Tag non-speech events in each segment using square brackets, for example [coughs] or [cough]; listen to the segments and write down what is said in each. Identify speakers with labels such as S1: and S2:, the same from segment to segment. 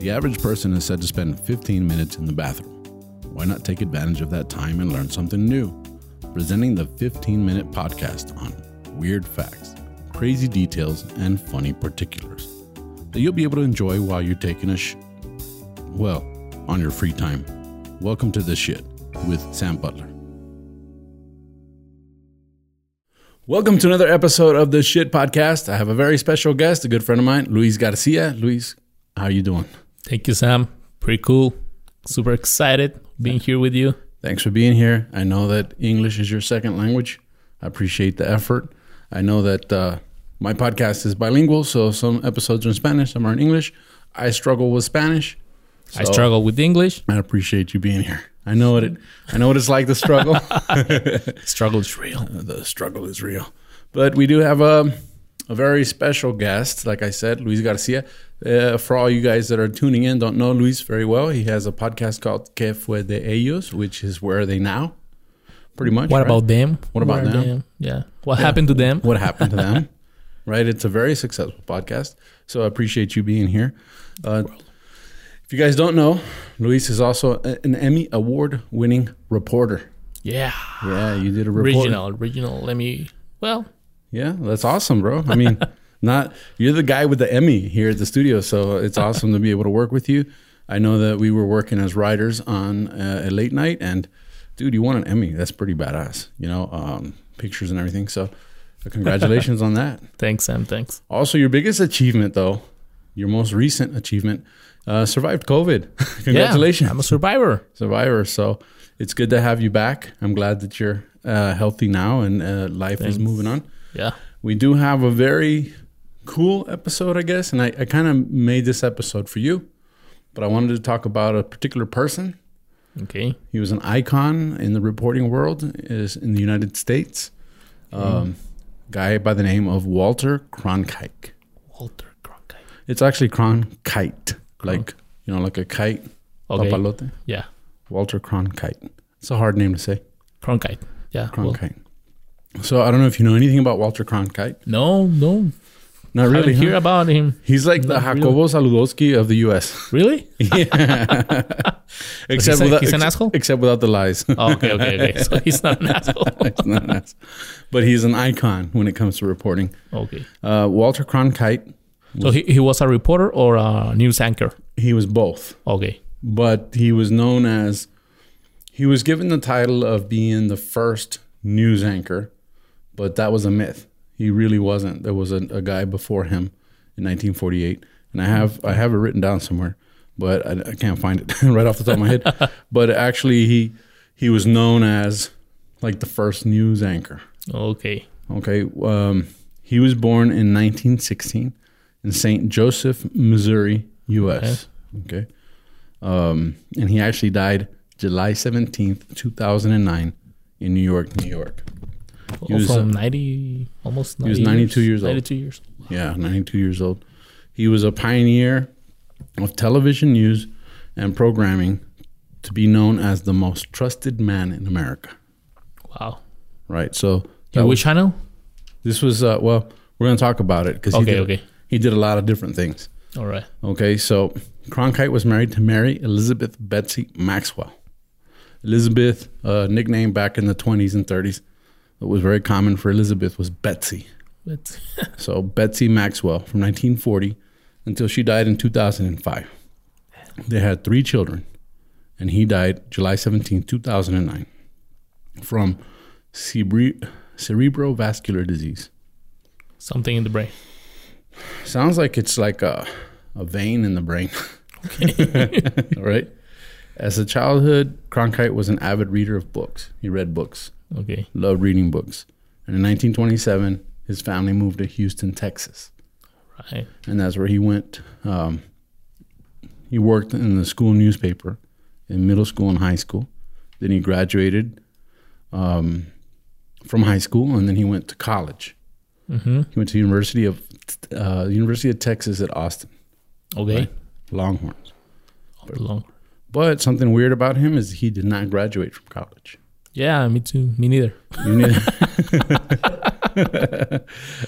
S1: The average person is said to spend 15 minutes in the bathroom. Why not take advantage of that time and learn something new? Presenting the 15 minute podcast on weird facts, crazy details, and funny particulars that you'll be able to enjoy while you're taking a sh. Well, on your free time. Welcome to The Shit with Sam Butler. Welcome to another episode of the Shit Podcast. I have a very special guest, a good friend of mine, Luis Garcia. Luis, how are you doing?
S2: Thank you, Sam. Pretty cool. Super excited being here with you.
S1: Thanks for being here. I know that English is your second language. I appreciate the effort. I know that uh, my podcast is bilingual, so some episodes are in Spanish, some are in English. I struggle with Spanish.
S2: I
S1: So-
S2: struggle with English.
S1: I appreciate you being here. I know what it. I know what it's like to struggle.
S2: [laughs]
S1: Uh,
S2: Struggle is real.
S1: the struggle is real. But we do have a, a very special guest, like I said, Luis Garcia. Uh, for all you guys that are tuning in, don't know Luis very well, he has a podcast called Que Fue de Ellos, which is Where Are They Now? Pretty much.
S2: What
S1: right?
S2: about them?
S1: What about
S2: are
S1: them?
S2: Yeah. What happened to them?
S1: What happened to them? [laughs] right? It's a very successful podcast. So I appreciate you being here. Uh, if you guys don't know, Luis is also a- an Emmy award winning reporter.
S2: Yeah.
S1: Yeah, you did a report.
S2: Original, original. Let me. Well,
S1: Yeah, that's awesome, bro. I mean, not you're the guy with the Emmy here at the studio, so it's awesome to be able to work with you. I know that we were working as writers on uh, a late night, and dude, you won an Emmy. That's pretty badass, you know, um, pictures and everything. So, uh, congratulations on that.
S2: thanks, Sam. Thanks.
S1: Also, your biggest achievement, though, your most recent achievement, uh, survived COVID. [laughs] Congratulations,
S2: Yeah, I'm a survivor.
S1: survivor. So, it's good to have you back. I'm glad that you're uh, healthy now and uh, life is moving on
S2: Yeah.
S1: we do have a very cool episode, I guess. And I, I kind of made this episode for you, but I wanted to talk about a particular person.
S2: Okay.
S1: He was an icon in the reporting world is in the United States. Um, Guy by the name of Walter Cronkite.
S2: Walter Cronkite.
S1: It's actually Cronkite, like you know, like a kite,
S2: Okay.
S1: papalote.
S2: Yeah.
S1: Walter Cronkite. It's a hard name to say,
S2: Cronkite. Yeah. well,
S1: Cronkite. so I don't know if you know anything about Walter Cronkite.
S2: no, no.
S1: Not
S2: I
S1: really.
S2: didn't hear
S1: huh?
S2: about him.
S1: He's like the
S2: Not really.
S1: Jacobo Saludowski of the U.S.
S2: [laughs] Really?
S1: [laughs] Yeah. except
S2: a-
S1: without,
S2: he's an
S1: ex-
S2: asshole?
S1: Except without the lies. [laughs]
S2: Oh, okay, okay, okay. So he's not an asshole.
S1: He's not an ass. But he's an icon when it comes to reporting.
S2: Okay.
S1: Uh, Walter Cronkite,
S2: So he, he was a reporter or a news anchor?
S1: he was both,
S2: Okay.
S1: but he was known as he was given the title of being the first news anchor, but that was a myth. He really wasn't. There was a, a guy before him in 1948, and I have I have it written down somewhere, but I, I can't find it [laughs] right off the top of my head. But actually, he he was known as like the first news anchor.
S2: Okay.
S1: Okay, um, he was born in 1916 in Saint Joseph, Missouri, U.S. Okay, um, and he actually died July 17th, 2009, in New York, New York. He
S2: Oh,
S1: was,
S2: from 90, almost 90
S1: was 92 years old.
S2: 92 years.
S1: Yeah, 92 years old. He was a pioneer of television news and programming to be known as the most trusted man in America.
S2: Wow.
S1: Right. So
S2: In
S1: that
S2: which channel?
S1: This was uh, well, we're going to talk about it because
S2: Okay,
S1: he, did-
S2: okay.
S1: he did a lot of different things.
S2: All right.
S1: Okay, so Cronkite was married to Mary Elizabeth Betsy Maxwell. Elizabeth, uh, nickname back in the 20s and 30s, that was very common for Elizabeth was Betsy.
S2: Let's,
S1: So Betsy Maxwell from 1940 until she died in 2005. They had three children, and he died July 17, 2009, from cerebri- cerebrovascular disease.
S2: [laughs] something in the brain.
S1: Sounds like it's like a, a vein in the brain. All [laughs] right. As a childhood, Cronkite was an avid reader of books. He read books,
S2: Okay.
S1: loved reading books. And in 1927, his family moved to Houston, Texas.
S2: Right.
S1: And that's where he went. Um, he worked in the school newspaper in middle school and high school. Then he graduated um, from high school, and then he went to college.
S2: Mm-hmm.
S1: He went to University of uh, University of Texas at Austin.
S2: Okay.
S1: Right. Longhorns.
S2: All along.
S1: But something weird about him is he did not graduate from college.
S2: Yeah, me too. Me neither.
S1: You need- [laughs]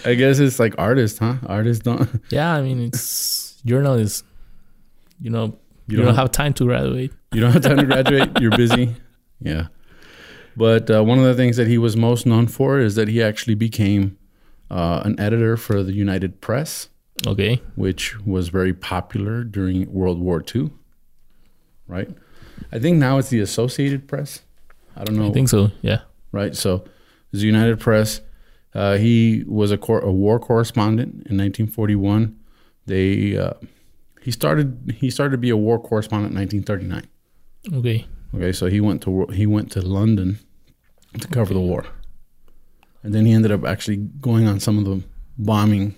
S1: I guess it's like artists, huh? Artists don't.
S2: Yeah, I mean, it's journalism. you know
S1: You
S2: you, don't
S1: don't-
S2: have time to graduate.
S1: You don't have time to
S2: [laughs]
S1: graduate. You're busy. Yeah. But uh, one of the things that he was most known for is that he actually became uh, an editor for the United Press,
S2: Okay.
S1: which was very popular during World War II. Right. I think now it's the Associated Press. I don't know.
S2: I think so. Yeah.
S1: right? So, the United Press. Uh, he was a, cor- a war correspondent in 1941. They uh, he started he started to be a war correspondent in 1939.
S2: Okay.
S1: Okay, so he went to wo- he went to London to cover the war, and then he ended up actually going on some of the bombing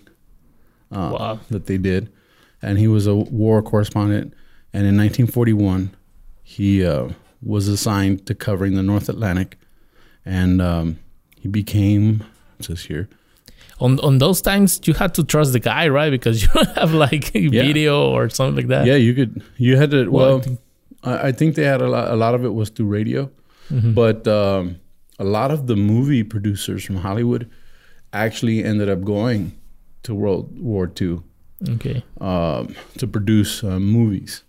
S1: uh,
S2: Wow.
S1: that they did, and he was a war correspondent. And in 1941, he uh, was assigned to covering the North Atlantic, and um, he became it says here
S2: On on those times you had to trust the guy, right? Because [laughs] you don't have like video or something like that.
S1: Yeah, you could. You had to.
S2: Well, I
S1: Well, I, I think they had a lot. A lot of it was through radio, but um, a lot of the movie producers from Hollywood actually ended up going to World War II
S2: Okay.
S1: um, to produce uh, movies,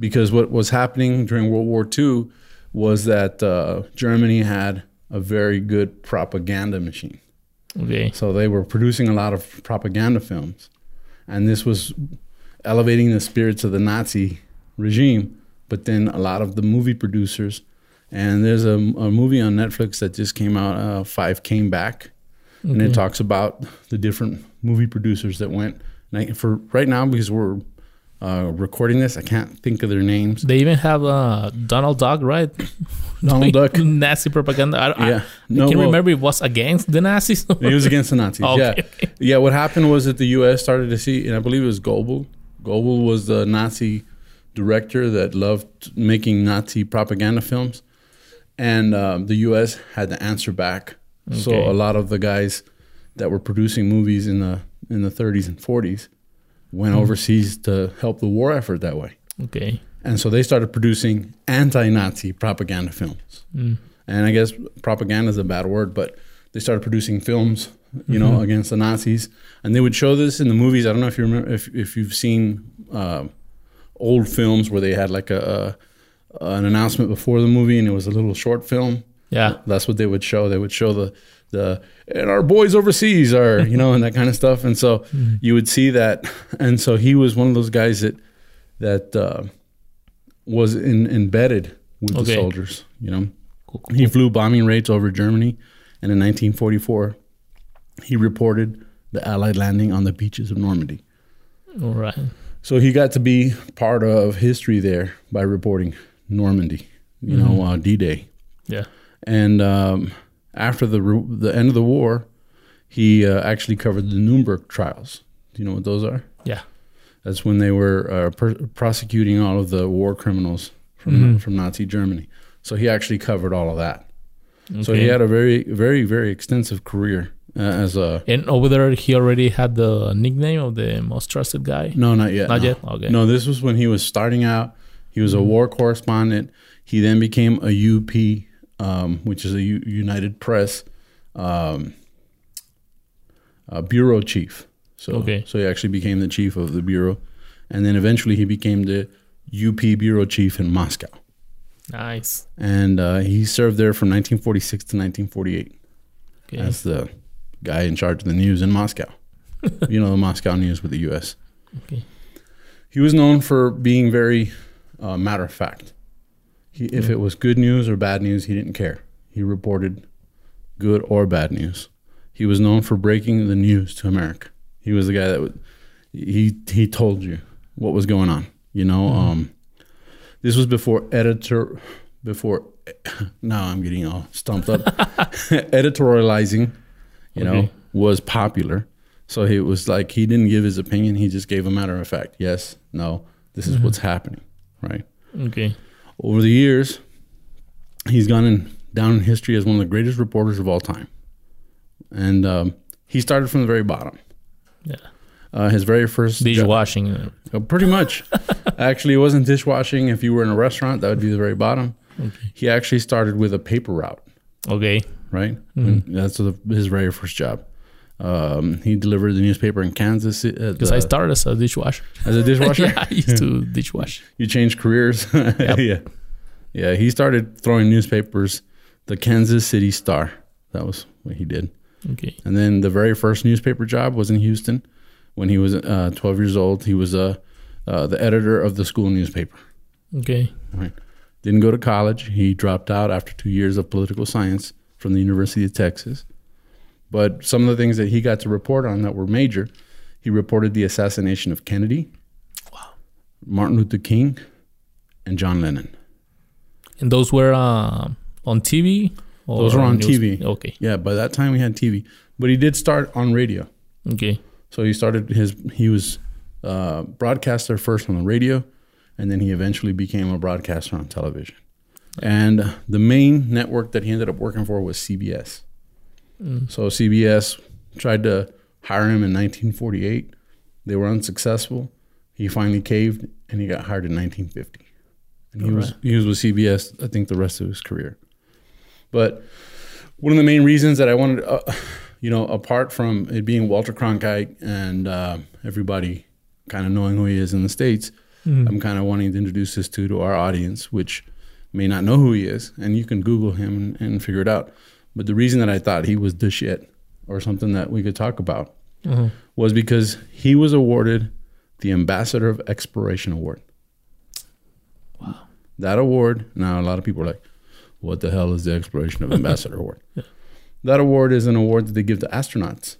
S1: because what was happening during World War II was that uh, Germany had a very good propaganda machine.
S2: Okay.
S1: So they were producing a lot of propaganda films. And this was elevating the spirits of the Nazi regime. But then a lot of the movie producers, and there's a, a movie on Netflix that just came out, uh, Five Came Back. And it talks about the different movie producers that went. And I, for right now, because we're uh, recording this, I can't think of their names.
S2: They even have uh, Donald Duck, right?
S1: [laughs] Donald Duck.
S2: Nazi propaganda. I, I-
S1: Yeah.
S2: I can't
S1: well,
S2: remember it was against the Nazis.
S1: It was against the Nazis.
S2: Okay.
S1: Yeah, yeah. What happened was that the U.S. started to see, and I believe it was Goebbels. Goebbels was the Nazi director that loved making Nazi propaganda films, and um, the U.S. had to answer back. So
S2: Okay.
S1: a lot of the guys that were producing movies in the in the 30s and 40s
S2: Hmm.
S1: went overseas to help the war effort that way.
S2: [laughs] okay.
S1: And so they started producing anti-Nazi propaganda films. And I guess propaganda is a bad word, but they started producing films, you know, against the Nazis. And they would show this in the movies. I don't know if you remember if if you've seen uh, old films where they had like a, a an announcement before the movie, and it was a little short film.
S2: Yeah.
S1: That's what they would show. They would show the the and our boys overseas are you know and that kind of stuff. And so you would see that. And so he was one of those guys that that uh, was in, embedded with the
S2: Okay.
S1: soldiers. You know,
S2: Cool, cool.
S1: he flew bombing raids over Germany, and in 1944, he reported the Allied landing on the beaches of Normandy.
S2: All right.
S1: So he got to be part of history there by reporting Normandy. You know, uh, D Day.
S2: Yeah.
S1: And um, after the ru- the end of the war, he uh, actually covered the Nuremberg trials. Do you know what those are?
S2: Yeah.
S1: That's when they were uh, per- prosecuting all of the war criminals from from Nazi Germany. So he actually covered all of that. So he
S2: Okay.
S1: had a very, very, very extensive career uh, as a.
S2: And over there, he already had the nickname of the most trusted guy.
S1: No, not yet.
S2: Not
S1: no.
S2: yet? Okay. Mm-hmm.
S1: No, this was when he was starting out. He was a war correspondent. He then became a UP, um, which is a U- United Press um, uh, bureau chief. So,
S2: Okay.
S1: so he actually became the chief of the bureau, and then eventually he became the UP bureau chief in Moscow,
S2: Nice.
S1: and uh, he served there from 1946 to 1948
S2: Okay.
S1: as the guy in charge of the news in Moscow. you know, the Moscow news with the U.S.
S2: Okay.
S1: He was known for being very uh, matter of fact. He, if it was good news or bad news, he didn't care. He reported good or bad news. He was known for breaking the news to America. He was the guy that would he he told you what was going on. You know, um, this was before editor before. [coughs] now I'm getting all stumped up. [laughs] Editorializing, you know,
S2: Okay.
S1: was popular. So it was like he didn't give his opinion. He just gave a matter of fact. Yes, no, this
S2: Mm-hmm.
S1: is what's happening, right?
S2: Okay.
S1: Over the years, he's gone in, down in history as one of the greatest reporters of all time. And um, he started from the very bottom.
S2: Yeah.
S1: Uh, his very first job-
S2: Dishwashing.
S1: uh, pretty
S2: [laughs]
S1: much. actually, it wasn't dishwashing. If you were in a restaurant, that would be the very bottom. He actually started with a paper route,
S2: Okay. Mm-hmm.
S1: right? And That's the, his very first job. Um, he delivered the newspaper in Kansas. Because
S2: Because I started as a
S1: [laughs]
S2: dishwasher.
S1: as a dishwasher.
S2: [laughs] yeah, I used to dishwash.
S1: You changed careers. [laughs] yeah. Yeah. He started throwing newspapers, the Kansas City Star. That was what he did.
S2: Okay.
S1: And then the very first newspaper job was in Houston when he was uh, 12 years old. He was uh, uh, the editor of the school newspaper.
S2: Okay.
S1: Didn't go to college. He dropped out after two years of political science from the University of Texas. But some of the things that he got to report on that were major, he reported the assassination of Kennedy, Martin Luther King, and John Lennon.
S2: And those were uh, on TV? Or
S1: Those were on
S2: news?
S1: TV.
S2: Okay.
S1: Yeah, by that time we had TV, but he did start on radio.
S2: Okay.
S1: So he started his he was uh, broadcaster first on the radio, and then he eventually became a broadcaster on television. And the main network that he ended up working for was CBS. So CBS tried to hire him in 1948. They were unsuccessful. He finally caved, and he got hired in 1950. And he was he was with CBS, I think, the rest of his career. But one of the main reasons that I wanted, uh, you know, apart from it being Walter Cronkite and uh, everybody kind of knowing who he is in the states, I'm kind of wanting to introduce this to to our audience, which may not know who he is, and you can Google him and, and figure it out. But the reason that I thought he was the shit or something that we could talk about was because he was awarded the Ambassador of Exploration Award. That award, now a lot of people are like, what the hell is the Exploration of Ambassador Award? That award is an award that they give to astronauts.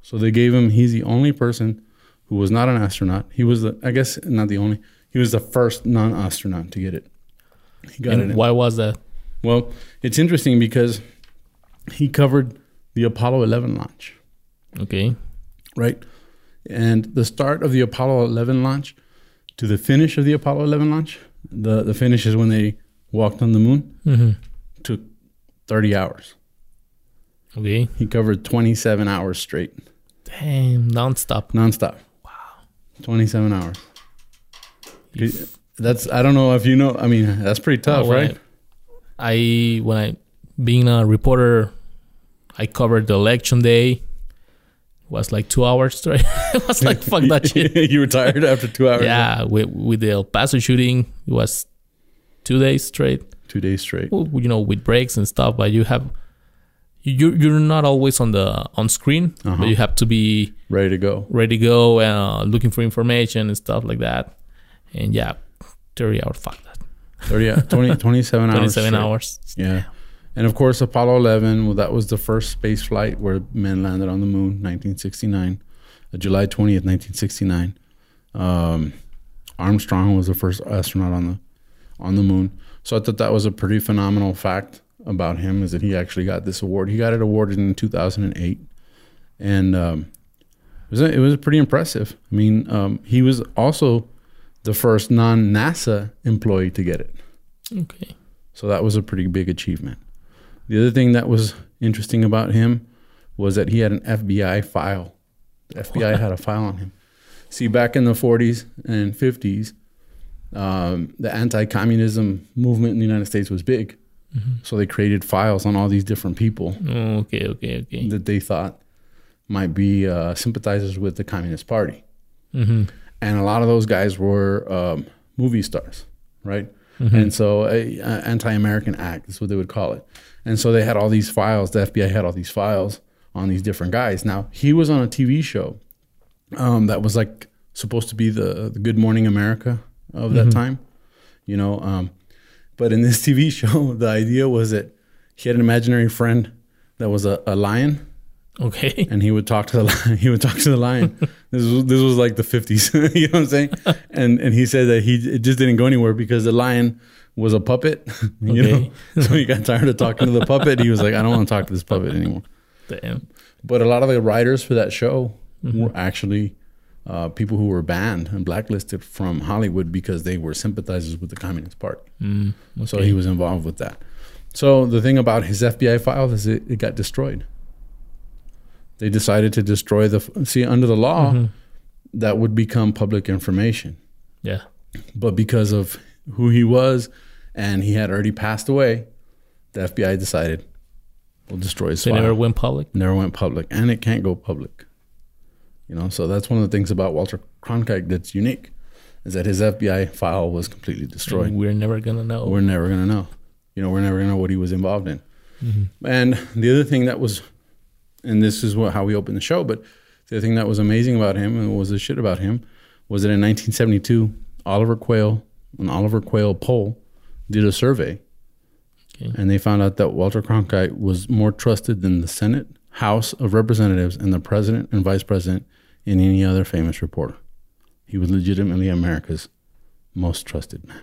S1: So they gave him, he's the only person who was not an astronaut. He was the, I guess, not the only, he was the first non astronaut to get it. He got it.
S2: And
S1: in-
S2: why was that?
S1: well, it's interesting because he covered the Apollo 11 launch
S2: Okay.
S1: right? And the start of the Apollo 11 launch to the finish of the Apollo 11 launch, the, the finish is when they walked on the moon,
S2: Mm-hmm.
S1: took 30 hours.
S2: Okay.
S1: He covered 27 hours straight,
S2: Damn, nonstop.
S1: nonstop. Wow. 27 hours. That's, I don't know if you know, I mean, that's pretty tough,
S2: When I-
S1: right?
S2: I when I being a reporter, I covered the election day. Was like two hours straight. [laughs] it was like fuck
S1: [laughs]
S2: that shit.
S1: you were tired after two hours?
S2: Yeah, with with the El Paso shooting, it was two days straight.
S1: Two days straight.
S2: Well, you know, with breaks and stuff, but you have you you're not always on the on screen,
S1: Uh-huh.
S2: but you have to be
S1: Ready to go.
S2: ready to go and uh, looking for information and stuff like that. And yeah, thirty hours. Fuck that.
S1: 30, hou- 20, 27 hours.
S2: [laughs] Twenty-seven
S1: straight.
S2: hours.
S1: Yeah. And of course, Apollo 11, well, that was the first space flight where men landed on the moon, 1969, uh, July 20th, 1969. Um, Armstrong was the first astronaut on the on the moon. So I thought that was a pretty phenomenal fact about him is that he actually got this award. He got it awarded in 2008, and um, it was it was pretty impressive. I mean, um, he was also the first non-NASA employee to get it.
S2: Okay.
S1: So that was a pretty big achievement. The other thing that was interesting about him was that he had an FBI file. The FBI had a file on him. See, back in the 40s and 50s, um, the anti communism movement in the United States was big. So they created files on all these different people
S2: Okay. Okay. Okay.
S1: that they thought might be uh, sympathizers with the Communist Party. And a lot of those guys were um, movie stars, right? And so, a, a anti-American act is what they would call it. And so they had all these files. The FBI had all these files on these different guys. Now he was on a TV show um, that was like supposed to be the, the Good Morning America of that time, you know. Um, but in this [laughs] TV show, the idea was that he had an imaginary friend that was a, a lion, [laughs]
S2: Okay. [laughs]
S1: and he would talk to the lion. [laughs] He would talk to the lion. this was this was like the fifties. [laughs] you know what I'm saying? And and he said that he it just didn't go anywhere because the lion was a puppet. [laughs] you
S2: Okay.
S1: know, so he got tired of talking to the puppet. He was like, I don't want to talk to this puppet anymore.
S2: Damn.
S1: But a lot of the writers for that show were actually uh, people who were banned and blacklisted from Hollywood because they were sympathizers with the Communist Party. So he was involved with that. So the thing about his FBI file is it, it got destroyed. They decided to destroy the. f- See, under the law, that would become public information
S2: Yeah.
S1: but because of who he was and he had already passed away, the FBI decided will destroy his
S2: So it
S1: file.
S2: never went public.
S1: never went public, and it can't go public. You know, so that's one of the things about Walter Cronkite that's unique, is that his FBI file was completely destroyed.
S2: And we're never gonna know.
S1: We're never gonna know. You know, we're never gonna know what he was involved in. And the other thing that was, and this is what, how we opened the show, but the other thing that was amazing about him and was the shit about him was that in 1972, Oliver Quayle, an Oliver Quayle poll, did a survey,
S2: Okay.
S1: and they found out that Walter Cronkite was more trusted than the Senate, House of Representatives, and the President and Vice President, and any other famous reporter. He was legitimately America's most trusted man.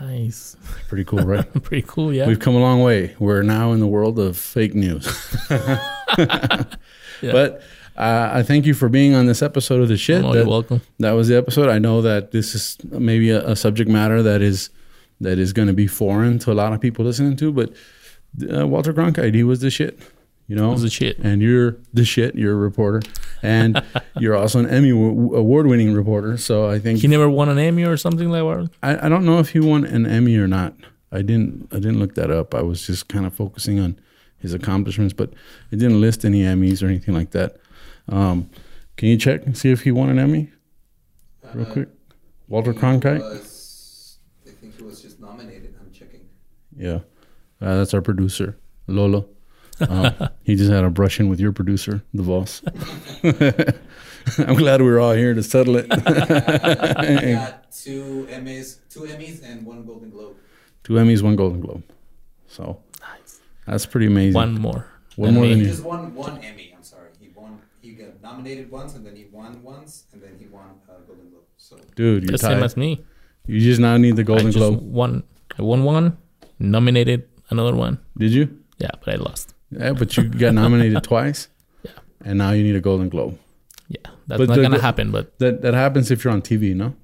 S2: nice. [laughs]
S1: Pretty cool, right?
S2: Pretty cool. Yeah.
S1: We've come a long way. We're now in the world of fake news.
S2: [laughs]
S1: But uh, I thank you for being on this episode of the shit.
S2: oh,
S1: that,
S2: you're welcome.
S1: that was the episode. I know that this is maybe a, a subject matter that is that is going to be foreign to a lot of people listening to, but uh, Walter Cronkite, he was the shit. You know,
S2: was the shit.
S1: and you're the shit. You're a reporter, and [laughs] you're also an Emmy w- award-winning reporter. So I think
S2: He never won an Emmy or something like that.
S1: I, I don't know if he won an Emmy or not. I didn't I didn't look that up. I was just kind of focusing on his accomplishments, but it didn't list any Emmys or anything like that. Um, can you check and see if he won an Emmy? Real
S2: Uh,
S1: quick. Walter
S3: He
S1: Cronkite?
S3: was- I think he was just nominated. I'm checking.
S1: Yeah. Uh, that's our producer, Lolo.
S2: [laughs]
S1: Um, he just had a brush in with your producer, the boss. [laughs] I'm glad we were all here to settle it. [laughs]
S3: He got two Emmys, two Emmys, and one Golden Globe.
S1: Two Emmys, one Golden Globe. So
S2: Nice.
S1: that's pretty amazing.
S2: One more.
S1: One more
S2: me.
S1: than
S3: He
S1: you.
S3: just won one Emmy. I'm sorry. He won. He got nominated once, and then he won once, and then he won a Golden Globe. So
S1: Dude, you're
S2: The same
S1: tied.
S2: as me.
S1: You just now need the
S2: I
S1: Golden
S2: just
S1: Globe.
S2: won. I won one. Nominated another one.
S1: Did you?
S2: Yeah, but I lost.
S1: Yeah, but you
S2: [laughs]
S1: got nominated twice.
S2: Yeah.
S1: And now you need a Golden Globe.
S2: Yeah, that's
S1: But
S2: not
S1: the-
S2: gonna
S1: the-
S2: happen. But
S1: That that happens if you're on TV, no?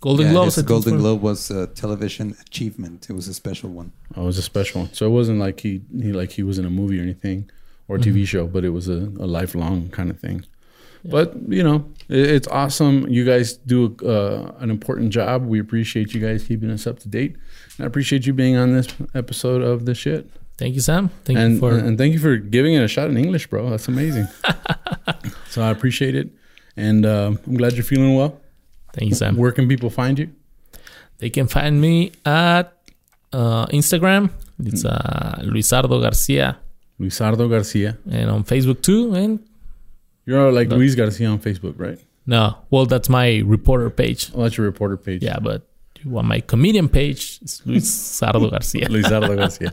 S2: Golden Globes. I think
S3: Golden
S2: for-
S3: Globe was a television achievement. It was a special one.
S1: Oh, it was a special one. So it wasn't like he, he like he was in a movie or anything or a
S2: Mm-hmm.
S1: TV show, but it was a, a lifelong kind of thing. But you know, it, it's awesome. You guys do uh, an important job. We appreciate you guys keeping us up to date, and I appreciate you being on this episode of the shit.
S2: Thank you, Sam. Thank
S1: and, uh,
S2: you for
S1: and thank you for giving it a shot in English, bro. That's
S2: [laughs]
S1: amazing. so I appreciate it, and um I'm glad you're feeling well.
S2: thank you, Sam.
S1: Where can people find you?
S2: They can find me at uh, Instagram. It's uh, Luisardo Garcia,
S1: Luisardo Garcia.
S2: and on Facebook too. And
S1: You're like Luis Garcia on Facebook, right?
S2: no, well, that's my reporter page.
S1: Oh, that's your reporter page.
S2: Yeah, but you want my comedian page? It's
S1: [laughs]
S2: Luisardo Garcia.
S1: Luisardo Garcia.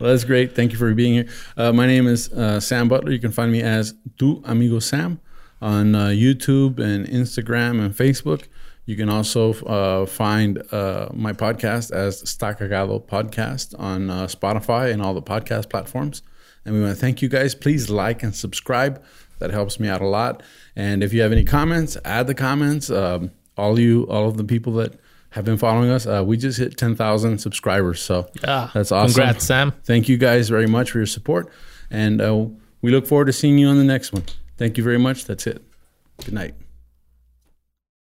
S1: Well, that's great. Thank you for being here. Uh, my name is uh, Sam Butler. You can find me as Tu Amigo Sam on uh, YouTube and Instagram and Facebook. You can also uh, find uh, my podcast as Stacagado Podcast on uh, Spotify and all the podcast platforms. And we want to thank you guys. Please like and subscribe. That helps me out a lot. And if you have any comments, add the comments. Um, all you, all of the people that have been following us, uh, we just hit 10,000 subscribers. So
S2: Yeah.
S1: that's awesome.
S2: Ah, Congrats, Sam.
S1: Thank you guys very much for your support. And uh, we look forward to seeing you on the next one. Thank you very much. That's it. Good night.